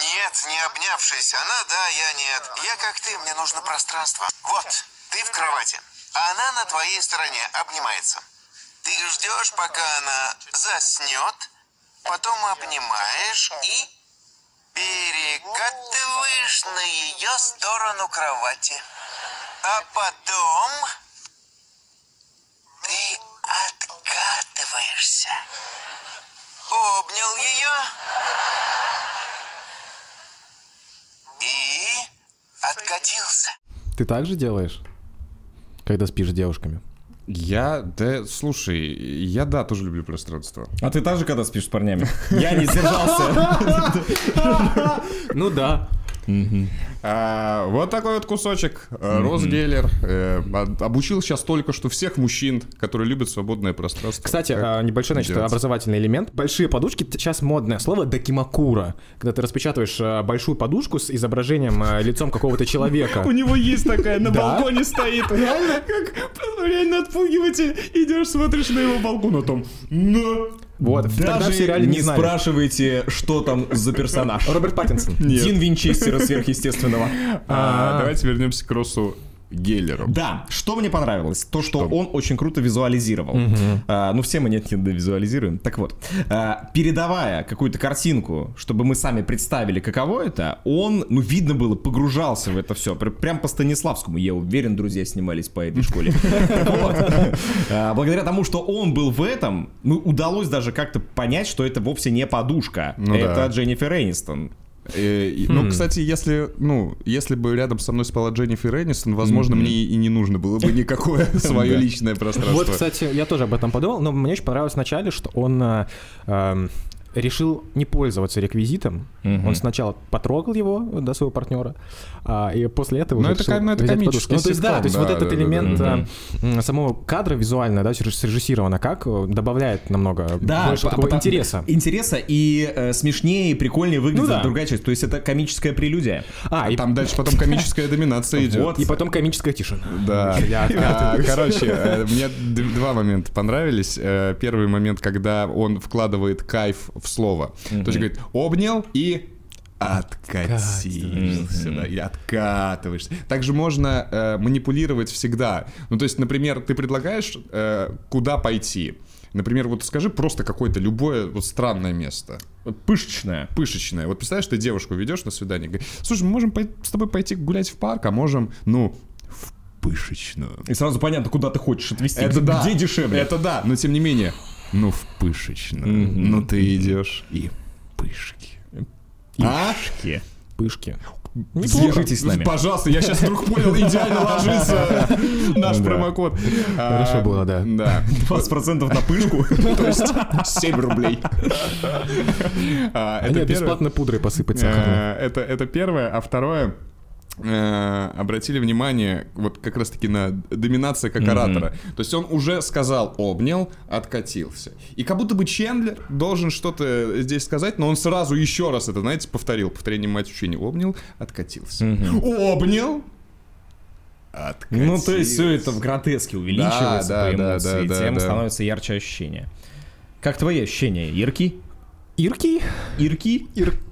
Speaker 5: Нет, не обнявшись. Она да, я нет. Я как ты, мне нужно пространство. Вот, ты в кровати, а она на твоей стороне обнимается. Ты ждешь, пока она заснет, потом обнимаешь и перекатываешь на ее сторону кровати. А потом ты откатываешься. Обнял ее и откатился.
Speaker 2: Ты так же делаешь? Когда спишь с девушками.
Speaker 4: Я, да, слушай, я, да, тоже люблю пространство.
Speaker 3: А ты так же когда спишь с парнями? Я не сдержался.
Speaker 2: Ну да.
Speaker 4: А, вот такой вот кусочек. Э, Рос Геллер э, од- обучил сейчас только что всех мужчин, которые любят свободное пространство.
Speaker 2: Кстати,
Speaker 4: Как
Speaker 2: а, небольшой, значит,
Speaker 4: делать?
Speaker 2: образовательный элемент. Большие подушки, т- сейчас модное слово дакимакура, когда ты распечатываешь а, большую подушку с изображением, а, лицом какого-то человека.
Speaker 4: У него есть такая, на
Speaker 2: Да?
Speaker 4: балконе стоит. Реально? Как реально отпугиваете, идешь, смотришь на его балкон, а там... «На».
Speaker 2: Вот, тогда в сериале не знали.
Speaker 3: спрашивайте, что там за персонаж.
Speaker 2: Роберт Паттинсон.
Speaker 3: Дин Винчестера сверхъестественного.
Speaker 4: А, Давайте вернемся к Росу Геллеру.
Speaker 3: Да, что мне понравилось, то, что, он очень круто визуализировал. А, ну, все мы нет-нет, да визуализируем. Так вот, а, передавая какую-то картинку, чтобы мы сами представили, каково это, он, ну, видно было, погружался в это все. Прям по Станиславскому, я уверен, друзья снимались по этой школе. Так вот, а, Благодаря тому, что он был в этом, ну, удалось даже как-то понять, что это вовсе не подушка.
Speaker 4: Ну да.
Speaker 3: Это Дженнифер Энистон.
Speaker 4: Э, и- Ну, кстати, если, ну, если бы рядом со мной спала Дженнифер Энистон, возможно, мне и не нужно было бы никакое свое личное пространство.
Speaker 2: Вот, кстати, я тоже об этом подумал, но мне очень понравилось вначале, что он а, эм, решил не пользоваться реквизитом. Он сначала потрогал его, да, своего партнера, а, и после этого
Speaker 4: Ну,
Speaker 2: уже
Speaker 4: это
Speaker 2: решил
Speaker 4: ко- ну, это
Speaker 2: взять
Speaker 4: комический
Speaker 2: подушку. Ну, то есть, да,
Speaker 4: ситком,
Speaker 2: то есть вот
Speaker 4: да,
Speaker 2: этот
Speaker 4: да, да,
Speaker 2: элемент
Speaker 4: да,
Speaker 2: а, м, самого кадра визуально, да, сре- срежиссировано как, э, добавляет намного больше
Speaker 3: по-
Speaker 2: такого
Speaker 3: по-
Speaker 2: интереса.
Speaker 3: Интереса и э, смешнее, и прикольнее выглядит
Speaker 2: Ну да.
Speaker 3: другая часть. То есть это комическая прелюдия.
Speaker 2: А, и,
Speaker 4: Там дальше потом комическая доминация идет.
Speaker 2: и потом комическая тишина.
Speaker 4: Да.
Speaker 2: Я
Speaker 4: А, Короче, э, мне д- два момента понравились. Э, Первый момент, когда он вкладывает кайф в слово. То есть говорит, обнял и откатился, да, и откатываешься. Также можно э, манипулировать всегда. Ну, то есть, например, ты предлагаешь, э, куда пойти. Например, вот скажи просто какое-то любое вот странное место
Speaker 3: Пышечная.
Speaker 4: пышечная. Вот представляешь, ты девушку ведешь на свидание, говоришь, слушай, мы можем пой- с тобой пойти гулять в парк, а можем, ну, в пышечную.
Speaker 3: И сразу понятно, куда ты хочешь отвезти.
Speaker 4: Это
Speaker 3: где,
Speaker 4: да.
Speaker 3: где дешевле.
Speaker 4: Это да, но тем не менее, ну, в пышечную. Ну, ты идешь и пышки. А?
Speaker 3: Е.
Speaker 2: Пышки.
Speaker 3: Ну, Свяжитесь с нами.
Speaker 4: Пожалуйста, я сейчас вдруг понял, идеально ложится наш промокод.
Speaker 2: Хорошо
Speaker 4: А,
Speaker 2: было, да.
Speaker 4: Да.
Speaker 3: 20% на пышку.
Speaker 4: То есть 7 рублей.
Speaker 2: А
Speaker 4: А, это
Speaker 2: нет,
Speaker 4: первое.
Speaker 2: бесплатно пудрой посыпать сахаром.
Speaker 4: Э, Это, это первое. А второе, э, обратили внимание вот как раз-таки на доминация как оратора. То есть он уже сказал «обнял», «откатился». И как будто бы Чендлер должен что-то здесь сказать, но он сразу еще раз это, знаете, повторил. Повторение мать учения. «Обнял», «откатился». «Обнял», «откатился».
Speaker 3: Ну, то есть все это в гротеске увеличивается
Speaker 4: Да,
Speaker 3: по
Speaker 4: да, да,
Speaker 3: эмоции,
Speaker 4: да,
Speaker 3: и
Speaker 4: да,
Speaker 3: тем
Speaker 4: да.
Speaker 3: становится ярче ощущение. Как твои ощущения, Ирки?
Speaker 2: Ирки?
Speaker 3: Ирки?
Speaker 2: Ирган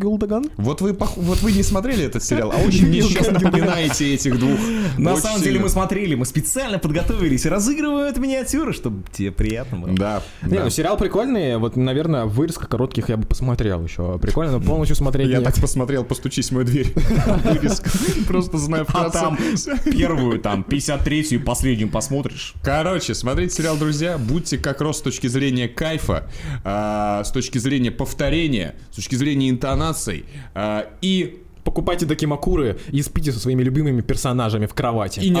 Speaker 2: Гулдаган?
Speaker 4: Вот вы, пох- вот вы не смотрели этот сериал, а очень мне сейчас напоминаете этих двух.
Speaker 3: На
Speaker 4: Очень
Speaker 3: самом деле
Speaker 4: сильно.
Speaker 3: мы смотрели, мы специально подготовились и разыгрывают миниатюры, чтобы тебе приятно было.
Speaker 4: Да.
Speaker 2: Не,
Speaker 4: да.
Speaker 2: ну сериал прикольный, вот, наверное, вырезка коротких я бы посмотрел еще. Прикольно, но полностью смотреть
Speaker 4: Я
Speaker 2: нет.
Speaker 4: так посмотрел, постучись в мою дверь. Вырезка. Просто знаю в
Speaker 3: А
Speaker 4: конце.
Speaker 3: там первую, там, 53-ю и последнюю посмотришь.
Speaker 4: Короче, смотрите сериал, друзья. Будьте как раз с точки зрения кайфа, а, с точки зрения повторения, с точки зрения интонаций. а, И
Speaker 2: Покупайте докимакуры и спите со своими любимыми персонажами в кровати.
Speaker 4: и не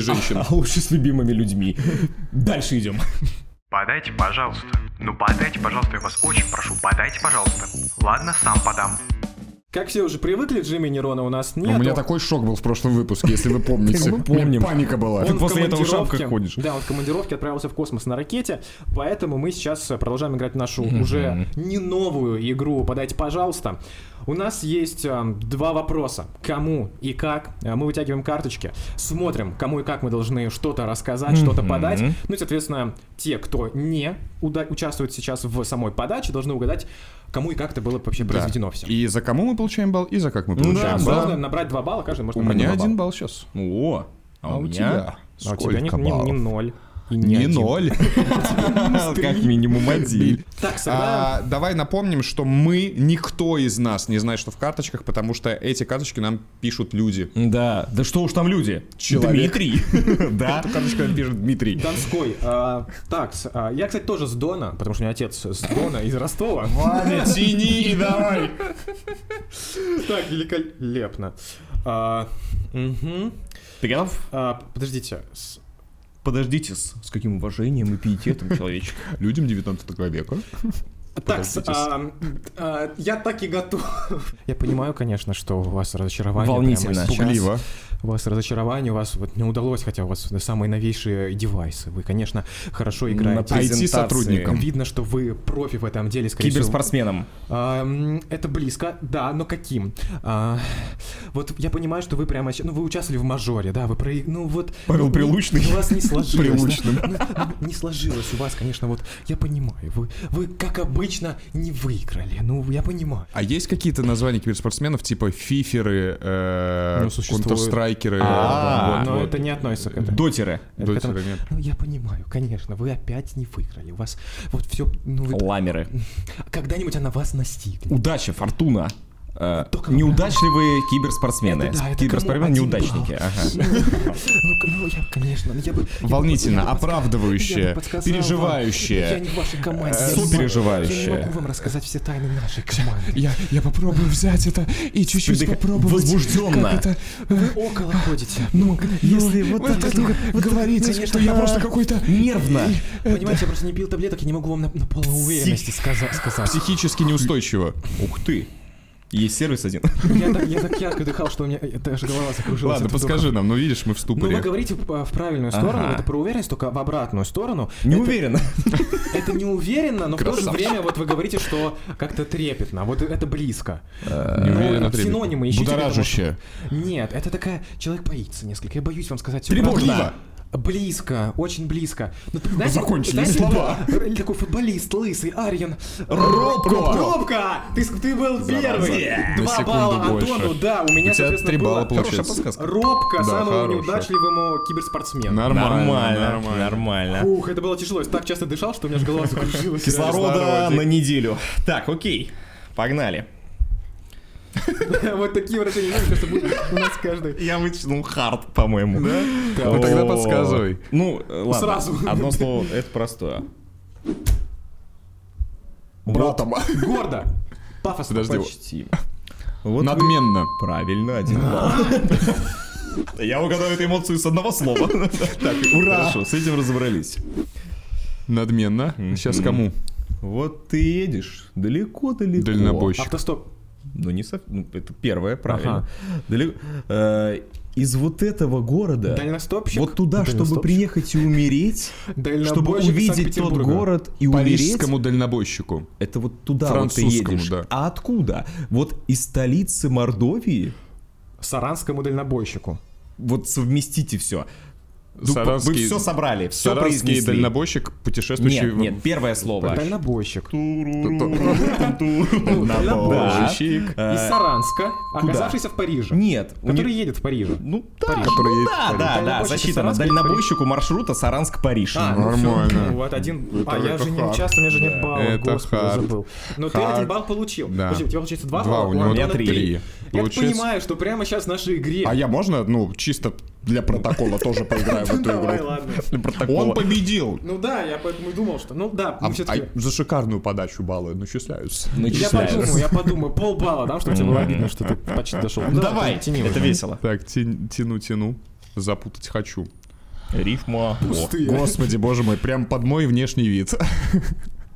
Speaker 4: женщин.
Speaker 3: А лучше с любимыми людьми. Дальше идем.
Speaker 10: Подайте, пожалуйста. Ну подайте, пожалуйста, я вас очень прошу, подайте, пожалуйста. Ладно, сам подам.
Speaker 2: Как все уже привыкли, Джимми Нерона у нас нет.
Speaker 4: У меня
Speaker 2: Он-
Speaker 4: такой шок был в прошлом выпуске, если вы помните.
Speaker 3: Мы помним.
Speaker 4: У меня Паника была.
Speaker 2: он в
Speaker 3: после этого в
Speaker 2: командировке-
Speaker 3: шапках ходишь.
Speaker 2: Да, он в командировке отправился в космос на ракете, поэтому мы сейчас э, продолжаем играть в нашу уже не новую игру «Подайте, пожалуйста». У нас есть э, два вопроса. Кому и как. Э, Мы вытягиваем карточки, смотрим, кому и как мы должны что-то рассказать, что-то подать. Ну и, соответственно, те, кто не уда- участвует сейчас в самой подаче, должны угадать, кому и как это было вообще
Speaker 4: Да.
Speaker 2: произведено все.
Speaker 4: И за кому мы получаем балл, и за как мы
Speaker 3: Ну
Speaker 4: получаем балл.
Speaker 2: Можно набрать два балла, каждый может
Speaker 4: У
Speaker 2: набрать
Speaker 4: меня
Speaker 2: два балла.
Speaker 4: один балл сейчас.
Speaker 3: О, а у тебя?
Speaker 2: А у тебя не,
Speaker 4: Сколько
Speaker 2: не- не
Speaker 4: баллов?
Speaker 2: ноль. И
Speaker 4: Не
Speaker 2: один.
Speaker 4: ноль.
Speaker 3: Как минимум один.
Speaker 2: Так, сыграем.
Speaker 4: А, давай напомним, что мы, никто из нас не знает, что в карточках, потому что эти карточки нам пишут люди.
Speaker 3: Да, да что уж там люди.
Speaker 4: Человек.
Speaker 3: Дмитрий. Да.
Speaker 4: Эту карточку нам пишет Дмитрий.
Speaker 2: Донской. а, так, с- а, я, кстати, тоже с Дона, потому что у меня отец с Дона, из Ростова.
Speaker 4: Ваня, тяни и давай.
Speaker 2: Так, великолепно. А, мгм.
Speaker 3: Ты готов?
Speaker 2: А, Подождите. с-
Speaker 3: Подождите, с с каким уважением и пиететом, человечек.
Speaker 4: Людям 19 века.
Speaker 2: Так, с-
Speaker 4: Подождите.
Speaker 2: а, а, я так и готов. Я понимаю, конечно, что у вас разочарование.
Speaker 3: Волнительно.
Speaker 2: прямо сейчас.
Speaker 4: Пугливо.
Speaker 2: У вас разочарование, у вас вот не удалось, хотя у вас самые новейшие девайсы. Вы, конечно, хорошо играете.
Speaker 4: презентации. IT-сотрудником.
Speaker 2: Видно, что вы профи в этом деле, скорее всего.
Speaker 3: Киберспортсменом.
Speaker 2: А, м, Это близко, да, но каким? А, Вот я понимаю, что вы прямо... щ- Ну, вы участвовали в мажоре, да, вы про... Ну, вот...
Speaker 3: Павел
Speaker 2: ну,
Speaker 3: Прилучный.
Speaker 2: У вас не сложилось.
Speaker 4: Прилучным.
Speaker 2: Ну, ну, Не сложилось у вас, конечно, вот... Я понимаю, вы, вы как обычно, не выиграли. Ну, я понимаю.
Speaker 4: А есть какие-то названия киберспортсменов, типа фиферы, э,
Speaker 2: Ну, существует.
Speaker 4: контрстрайкеры?
Speaker 3: А,
Speaker 4: вот,
Speaker 2: но
Speaker 4: вот.
Speaker 2: это не относится к этому.
Speaker 3: Дотеры.
Speaker 2: Это к этому-
Speaker 4: дочери нет.
Speaker 2: Ну, я понимаю, конечно, вы опять не выиграли. У вас вот все... Ну, вы-
Speaker 3: Ламеры.
Speaker 2: Когда-нибудь она вас настигнет.
Speaker 3: Удача, фортуна. э, неудачливые киберспортсмены.
Speaker 2: Это да, это
Speaker 3: киберспортсмены
Speaker 2: кому один
Speaker 3: неудачники.
Speaker 2: балл?
Speaker 3: ага.
Speaker 2: Ну, к- ну, я, конечно, я бы... я бы-
Speaker 4: Волнительно,
Speaker 2: я бы подск-
Speaker 4: оправдывающе,
Speaker 2: я бы подсказал вам.
Speaker 4: переживающее,
Speaker 2: Я не в вашей команде.
Speaker 3: э,
Speaker 2: я не могу-
Speaker 3: сопереживающее.
Speaker 2: Я не могу вам рассказать все тайны нашей команды.
Speaker 4: Я, я попробую взять это и чуть-чуть
Speaker 3: Ты так
Speaker 4: попробовать.
Speaker 3: возбужденно.
Speaker 4: как это.
Speaker 2: Вы около ходите.
Speaker 4: Ну,
Speaker 2: если
Speaker 4: ну,
Speaker 2: вот так
Speaker 4: это
Speaker 2: вот,
Speaker 4: только
Speaker 2: вот так,
Speaker 4: говорите,
Speaker 2: конечно,
Speaker 4: что я
Speaker 2: да.
Speaker 4: просто какой-то
Speaker 3: Нервно.
Speaker 2: Понимаете, я просто не пил таблеток, я не могу вам на, на полууверенности э, сказа- сказать.
Speaker 4: психически неустойчиво.
Speaker 3: Ух ты. Есть сервис один.
Speaker 2: Я так, я так ярко дыхал, что у меня даже голова закружилась.
Speaker 4: Ладно,
Speaker 2: от вдоха.
Speaker 4: подскажи нам, ну видишь, мы в
Speaker 2: Ну, вы
Speaker 4: ступоре.
Speaker 2: говорите в в правильную сторону,
Speaker 3: Ага.
Speaker 2: это про уверенность, только в обратную сторону.
Speaker 3: Не
Speaker 2: Это-
Speaker 3: уверен.
Speaker 2: Это не уверенно, но в то же
Speaker 4: Красавчик.
Speaker 2: время вот вы говорите, что как-то трепетно. Вот это близко.
Speaker 4: Не уверен,
Speaker 2: Ну,
Speaker 4: а требует.
Speaker 2: синонимы ищите, потому
Speaker 4: Будоражащее.
Speaker 2: что- Нет, это такая... Человек боится несколько. Я боюсь вам сказать всё
Speaker 4: Тревожно.
Speaker 2: правду. Близко, очень близко. Ну, ты знаете,
Speaker 4: Закончились
Speaker 2: знаете,
Speaker 4: слова.
Speaker 2: это- это э, Такой футболист, лысый, Арьян.
Speaker 4: Робко.
Speaker 2: Робко! Ты, с- ты был первый!
Speaker 4: На
Speaker 2: Два
Speaker 4: секунду
Speaker 2: балла
Speaker 4: больше.
Speaker 2: Антону, да, у меня, ну,
Speaker 4: У тебя
Speaker 2: соответственно,
Speaker 4: три балла
Speaker 2: было...
Speaker 4: получилось.
Speaker 2: Хорошая подсказка. Робко
Speaker 4: Да,
Speaker 2: самому
Speaker 4: хорошая.
Speaker 2: неудачливому киберспортсмену.
Speaker 4: Нормально.
Speaker 3: Нормально. Нормально.
Speaker 2: Ух, это было тяжело. Я так часто дышал, что у меня же голова закружилась.
Speaker 3: Кислорода на неделю. Так, окей. Погнали.
Speaker 2: Вот такие выражения, знаешь, кажется, будут у нас каждый.
Speaker 3: Я вытянул Ну, хард, по-моему. Да?
Speaker 4: Ну, тогда подсказывай.
Speaker 3: Ну, э, ладно.
Speaker 2: Сразу.
Speaker 3: Одно слово, это простое.
Speaker 4: Братом.
Speaker 2: Гордо. Пафосно.
Speaker 4: Подожди.
Speaker 3: Почти. Вот вы-
Speaker 4: Надменно.
Speaker 3: Правильно, один балл. Я угадал эту эмоцию с одного слова. Так, ура! Хорошо, с этим разобрались.
Speaker 4: Надменно. Сейчас кому?
Speaker 3: Вот ты едешь далеко-далеко.
Speaker 4: Дальнобойщик.
Speaker 2: Автостоп.
Speaker 3: Ну, не совсем. ну, это первое, правильно. Далеко. э, Из вот этого города.
Speaker 2: Дальностопщик.
Speaker 3: Вот туда, чтобы
Speaker 2: Дальностопщик.
Speaker 3: приехать и умереть, чтобы
Speaker 2: Дальнобойщик
Speaker 3: увидеть тот
Speaker 2: Санкт-Петербурга.
Speaker 3: город и умереть.
Speaker 4: Парижскому дальнобойщику.
Speaker 3: Это вот туда вот ты
Speaker 4: Французскому,
Speaker 3: едешь.
Speaker 4: да.
Speaker 3: А откуда? Вот из столицы Мордовии.
Speaker 2: Саранскому дальнобойщику.
Speaker 3: Вот совместите все. Вы
Speaker 4: Саранский-
Speaker 3: все собрали, все
Speaker 4: Саранский
Speaker 3: произнесли.
Speaker 4: дальнобойщик, путешествующий...
Speaker 3: Нет,
Speaker 4: в-
Speaker 3: нет, первое слово.
Speaker 2: Дальнобойщик.
Speaker 3: Да.
Speaker 4: Дальнобойщик.
Speaker 2: Из
Speaker 3: Э,
Speaker 2: Саранска, оказавшийся в Париже.
Speaker 3: Нет, у
Speaker 2: Который
Speaker 3: них-
Speaker 2: едет в Париже.
Speaker 3: ну да,
Speaker 4: Париж.
Speaker 3: ну
Speaker 4: Который едет в
Speaker 3: да,
Speaker 4: Париж.
Speaker 3: да, да,
Speaker 2: Дальнобойщик
Speaker 3: защита на
Speaker 2: Саранск, Париж.
Speaker 3: дальнобойщику маршрута Саранск-Париж.
Speaker 2: А, ну
Speaker 4: Нормально.
Speaker 2: всё, вот один. А
Speaker 4: Это-
Speaker 2: я
Speaker 4: это
Speaker 2: же не
Speaker 4: хард.
Speaker 2: участвую, у меня же нет балла.
Speaker 4: Это
Speaker 2: Господи,
Speaker 4: хард.
Speaker 2: забыл. Но ты
Speaker 4: Хард.
Speaker 2: один балл получил.
Speaker 4: Да.
Speaker 2: Подожди, у тебя получается два,
Speaker 4: Два,
Speaker 2: балла,
Speaker 4: у него
Speaker 2: Антона
Speaker 4: три.
Speaker 2: Я так
Speaker 4: Получается-
Speaker 2: понимаю, что прямо сейчас в нашей игре.
Speaker 4: А я можно, ну, чисто для протокола тоже поиграю в эту
Speaker 2: Давай,
Speaker 4: игру?
Speaker 2: ладно.
Speaker 4: Он победил!
Speaker 2: Ну да, я поэтому и думал, что... Ну да,
Speaker 4: А-
Speaker 2: мы все-таки...
Speaker 4: а за шикарную подачу баллы начисляются.
Speaker 2: Я подумаю, я подумаю. Полбалла, да, чтобы тебе было обидно, что ты почти дошел. Ну,
Speaker 3: Давай,
Speaker 2: давай, тяни
Speaker 3: это
Speaker 2: уже.
Speaker 3: весело.
Speaker 4: Так, тя- тяну, тяну. Запутать хочу.
Speaker 3: Рифма.
Speaker 2: Пустые.
Speaker 4: Господи, боже мой, прям под мой внешний вид.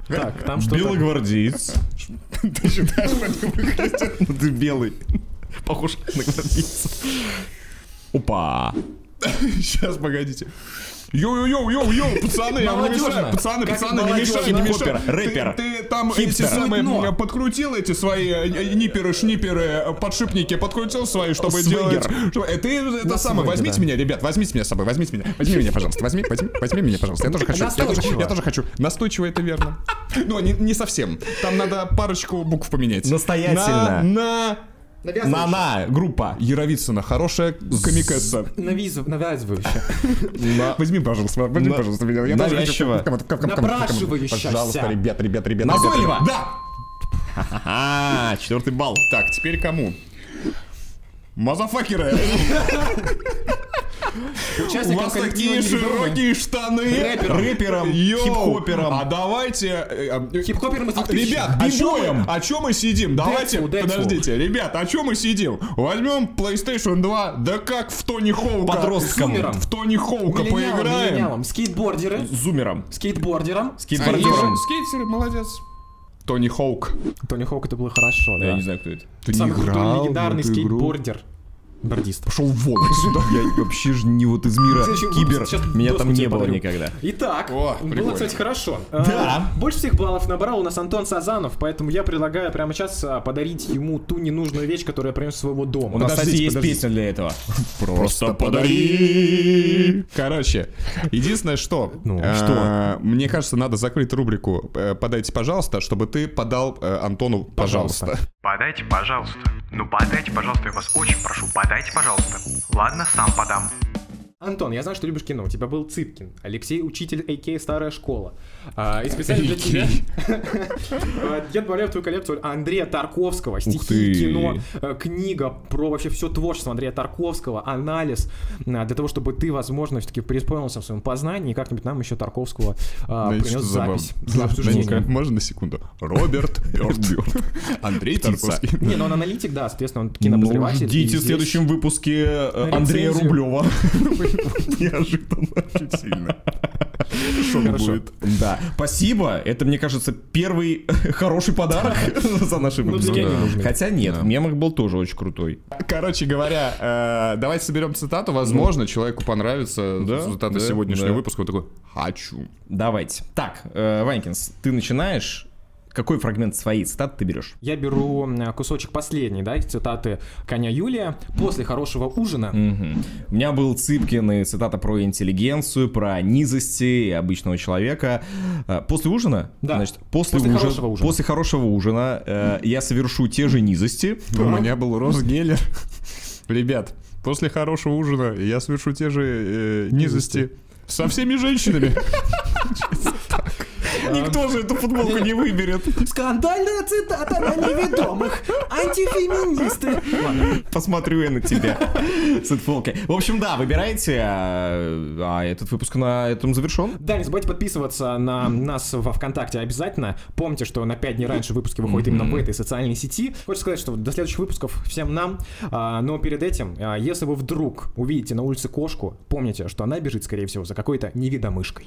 Speaker 2: Так, там что
Speaker 3: Белогвардеец. Ты считаешь, что это выглядит? Ну ты белый. Похож на гвардейца. Опа.
Speaker 4: Сейчас, погодите. Йоу-йоу-йоу-йоу, пацаны, я вам не
Speaker 2: Молодежно.
Speaker 4: мешаю, пацаны,
Speaker 2: Как
Speaker 4: пацаны, не
Speaker 2: молодежно.
Speaker 4: мешай, не мешай.
Speaker 3: Хоппер, рэпер,
Speaker 4: Ты, ты там
Speaker 3: хипстер.
Speaker 4: эти самые,
Speaker 2: Суетно.
Speaker 4: м, подкрутил эти свои э, э, ниперы, шниперы, э, подшипники, подкрутил свои, чтобы
Speaker 3: Свингер.
Speaker 4: делать... чтобы- э, ты это самое,
Speaker 2: свинге,
Speaker 4: возьмите меня, ребят, возьмите меня с собой, возьмите меня, возьми меня, пожалуйста, возьми, возьми, возьми меня, пожалуйста, я тоже хочу, я тоже,
Speaker 2: Настойчиво.
Speaker 4: я тоже хочу. Настойчиво, это верно. Но не, не совсем, там надо парочку букв поменять.
Speaker 3: Настоятельно.
Speaker 4: На, на...
Speaker 3: На-на, группа.
Speaker 4: Яровицына, хорошая комикесса.
Speaker 2: Навизов, навязывающе.
Speaker 4: Возьми, пожалуйста, возьми,
Speaker 3: На-
Speaker 4: пожалуйста, меня. Я тоже хочу
Speaker 3: навязчиво.
Speaker 4: в ком- в ком- в ком- в ком- в ком- в ком-
Speaker 2: Напрашивающаяся.
Speaker 4: Пожалуйста, ребят, ребят, ребят.
Speaker 3: Назойливо.
Speaker 4: ребят. Да!
Speaker 3: А, четвертый балл.
Speaker 4: Так, теперь кому? Мазафакеры! У
Speaker 2: Участником
Speaker 4: вас
Speaker 2: коллектива
Speaker 4: такие
Speaker 2: «Нелюбимые».
Speaker 4: широкие штаны!
Speaker 2: Рэпером.
Speaker 4: Рэпером!
Speaker 3: хип-хопером.
Speaker 4: А давайте... э, э,
Speaker 2: Хип-хопером из
Speaker 4: а,
Speaker 2: 2000.
Speaker 4: Ребят,
Speaker 3: А
Speaker 4: о чём
Speaker 3: чё
Speaker 4: мы-
Speaker 3: мы?
Speaker 4: о чем мы сидим? Давайте,
Speaker 2: Дэдпул, Дэдпул.
Speaker 4: подождите, ребят, о чем мы сидим? Возьмем PlayStation 2, да как в Тони Хоука.
Speaker 3: Подросткам.
Speaker 4: Зумером. В Тони Хоука
Speaker 2: Миллениалом,
Speaker 4: поиграем.
Speaker 2: миллениалом. Скейтбордеры.
Speaker 3: Зумером.
Speaker 2: Скейтбордером.
Speaker 3: Скейтбордером.
Speaker 4: Скейтеры, молодец. Тони Хоук.
Speaker 2: Тони Хоук это было хорошо,
Speaker 3: Я
Speaker 2: да.
Speaker 3: не знаю, кто это.
Speaker 4: Ты ну
Speaker 2: Самый крутой легендарный
Speaker 4: скейтборд.
Speaker 2: скейтбордер. Бордист.
Speaker 3: Пошел вон отсюда. Я вообще же не вот из мира
Speaker 2: Ты еще
Speaker 3: кибер.
Speaker 2: сейчас
Speaker 3: Меня
Speaker 2: доску
Speaker 3: там не
Speaker 2: тебе
Speaker 3: было
Speaker 2: подарю.
Speaker 3: никогда.
Speaker 2: Итак,
Speaker 4: О,
Speaker 2: было,
Speaker 4: прикольно.
Speaker 2: кстати, хорошо.
Speaker 3: Да.
Speaker 2: А, Больше всех баллов набрал у нас Антон Сазанов, поэтому я предлагаю прямо сейчас а, подарить ему ту ненужную вещь, которую я принес из своего дома.
Speaker 3: У нас,
Speaker 4: Подождите,
Speaker 3: кстати, есть
Speaker 4: подождите.
Speaker 3: песня для этого.
Speaker 4: Просто подари. Короче, единственное, что...
Speaker 2: Ну,
Speaker 4: э,
Speaker 3: что?
Speaker 4: Мне кажется, надо закрыть рубрику э, «Подайте, пожалуйста», чтобы ты подал э, Антону «Пожалуйста».
Speaker 10: Подайте, пожалуйста. Ну подайте, пожалуйста, я вас очень прошу, подайте, пожалуйста. Ладно, сам подам.
Speaker 2: Антон, я знаю, что любишь кино. У тебя был Цыпкин. Алексей, учитель АК «Старая школа». А, и специально для тебя а, я добавляю в твою коллекцию Андрея Тарковского.
Speaker 4: ты.
Speaker 2: Стихи, кино, э, книга про вообще все творчество Андрея Тарковского, анализ. а, Для того, чтобы ты, возможно, все-таки преисполнился в своем познании и как-нибудь нам еще Тарковского а,
Speaker 4: Да и
Speaker 2: принес
Speaker 4: что за баб-
Speaker 2: запись для обсуждения.
Speaker 4: Можно на секунду? Роберт Бёрд. Андрей Тарковский.
Speaker 2: Не, ну он аналитик, да, соответственно, он кинобозреватель. и
Speaker 3: ждите в
Speaker 2: здесь-
Speaker 3: следующем выпуске э,
Speaker 2: Ну, На
Speaker 3: Андрея
Speaker 2: рецензию.
Speaker 3: Рублева.
Speaker 4: Неожиданно очень сильно. Шок
Speaker 2: Хорошо.
Speaker 4: будет.
Speaker 3: Да. Спасибо. Это, мне кажется, первый хороший подарок за наши выпуски.
Speaker 2: для меня не нужны.
Speaker 3: Хотя нет, в мемах был тоже очень крутой.
Speaker 4: Короче говоря, э, давайте соберем цитату. Возможно, человеку понравится
Speaker 3: Да,
Speaker 4: цитата
Speaker 3: да,
Speaker 4: сегодняшнего
Speaker 3: да.
Speaker 4: выпуска. Он такой «Хочу».
Speaker 3: Давайте. Так, э, Ванькинс, ты начинаешь. Какой фрагмент своей цитаты ты берешь?
Speaker 2: Я беру м, кусочек последний, да, из цитаты коня Юлия. После хорошего ужина
Speaker 3: Мгм. У меня был Цыпкин и цитата про интеллигенцию, про низости и обычного человека. Э, После ужина?
Speaker 2: Да.
Speaker 3: Значит, после,
Speaker 2: После
Speaker 3: ужин-
Speaker 2: хорошего ужина.
Speaker 3: После хорошего ужина э, я совершу те же низости.
Speaker 4: У меня был Росгеллер. Ребят, после хорошего ужина я совершу те же э, низости со всеми женщинами.
Speaker 3: Никто же эту футболку не выберет.
Speaker 2: Скандальная цитата на неведомых. Антифеминисты. Ладно.
Speaker 3: Посмотрю я на тебя с этой футболкой. В общем, да, выбирайте. А а этот выпуск на этом завершен.
Speaker 2: Да, не забывайте подписываться на нас во ВКонтакте обязательно. Помните, что на 5 дней раньше выпуски выходят именно в этой социальной сети. Хочу сказать, что до следующих выпусков всем нам. А, но перед этим, а, если вы вдруг увидите на улице кошку, помните, что она бежит, скорее всего, за какой-то невидомышкой.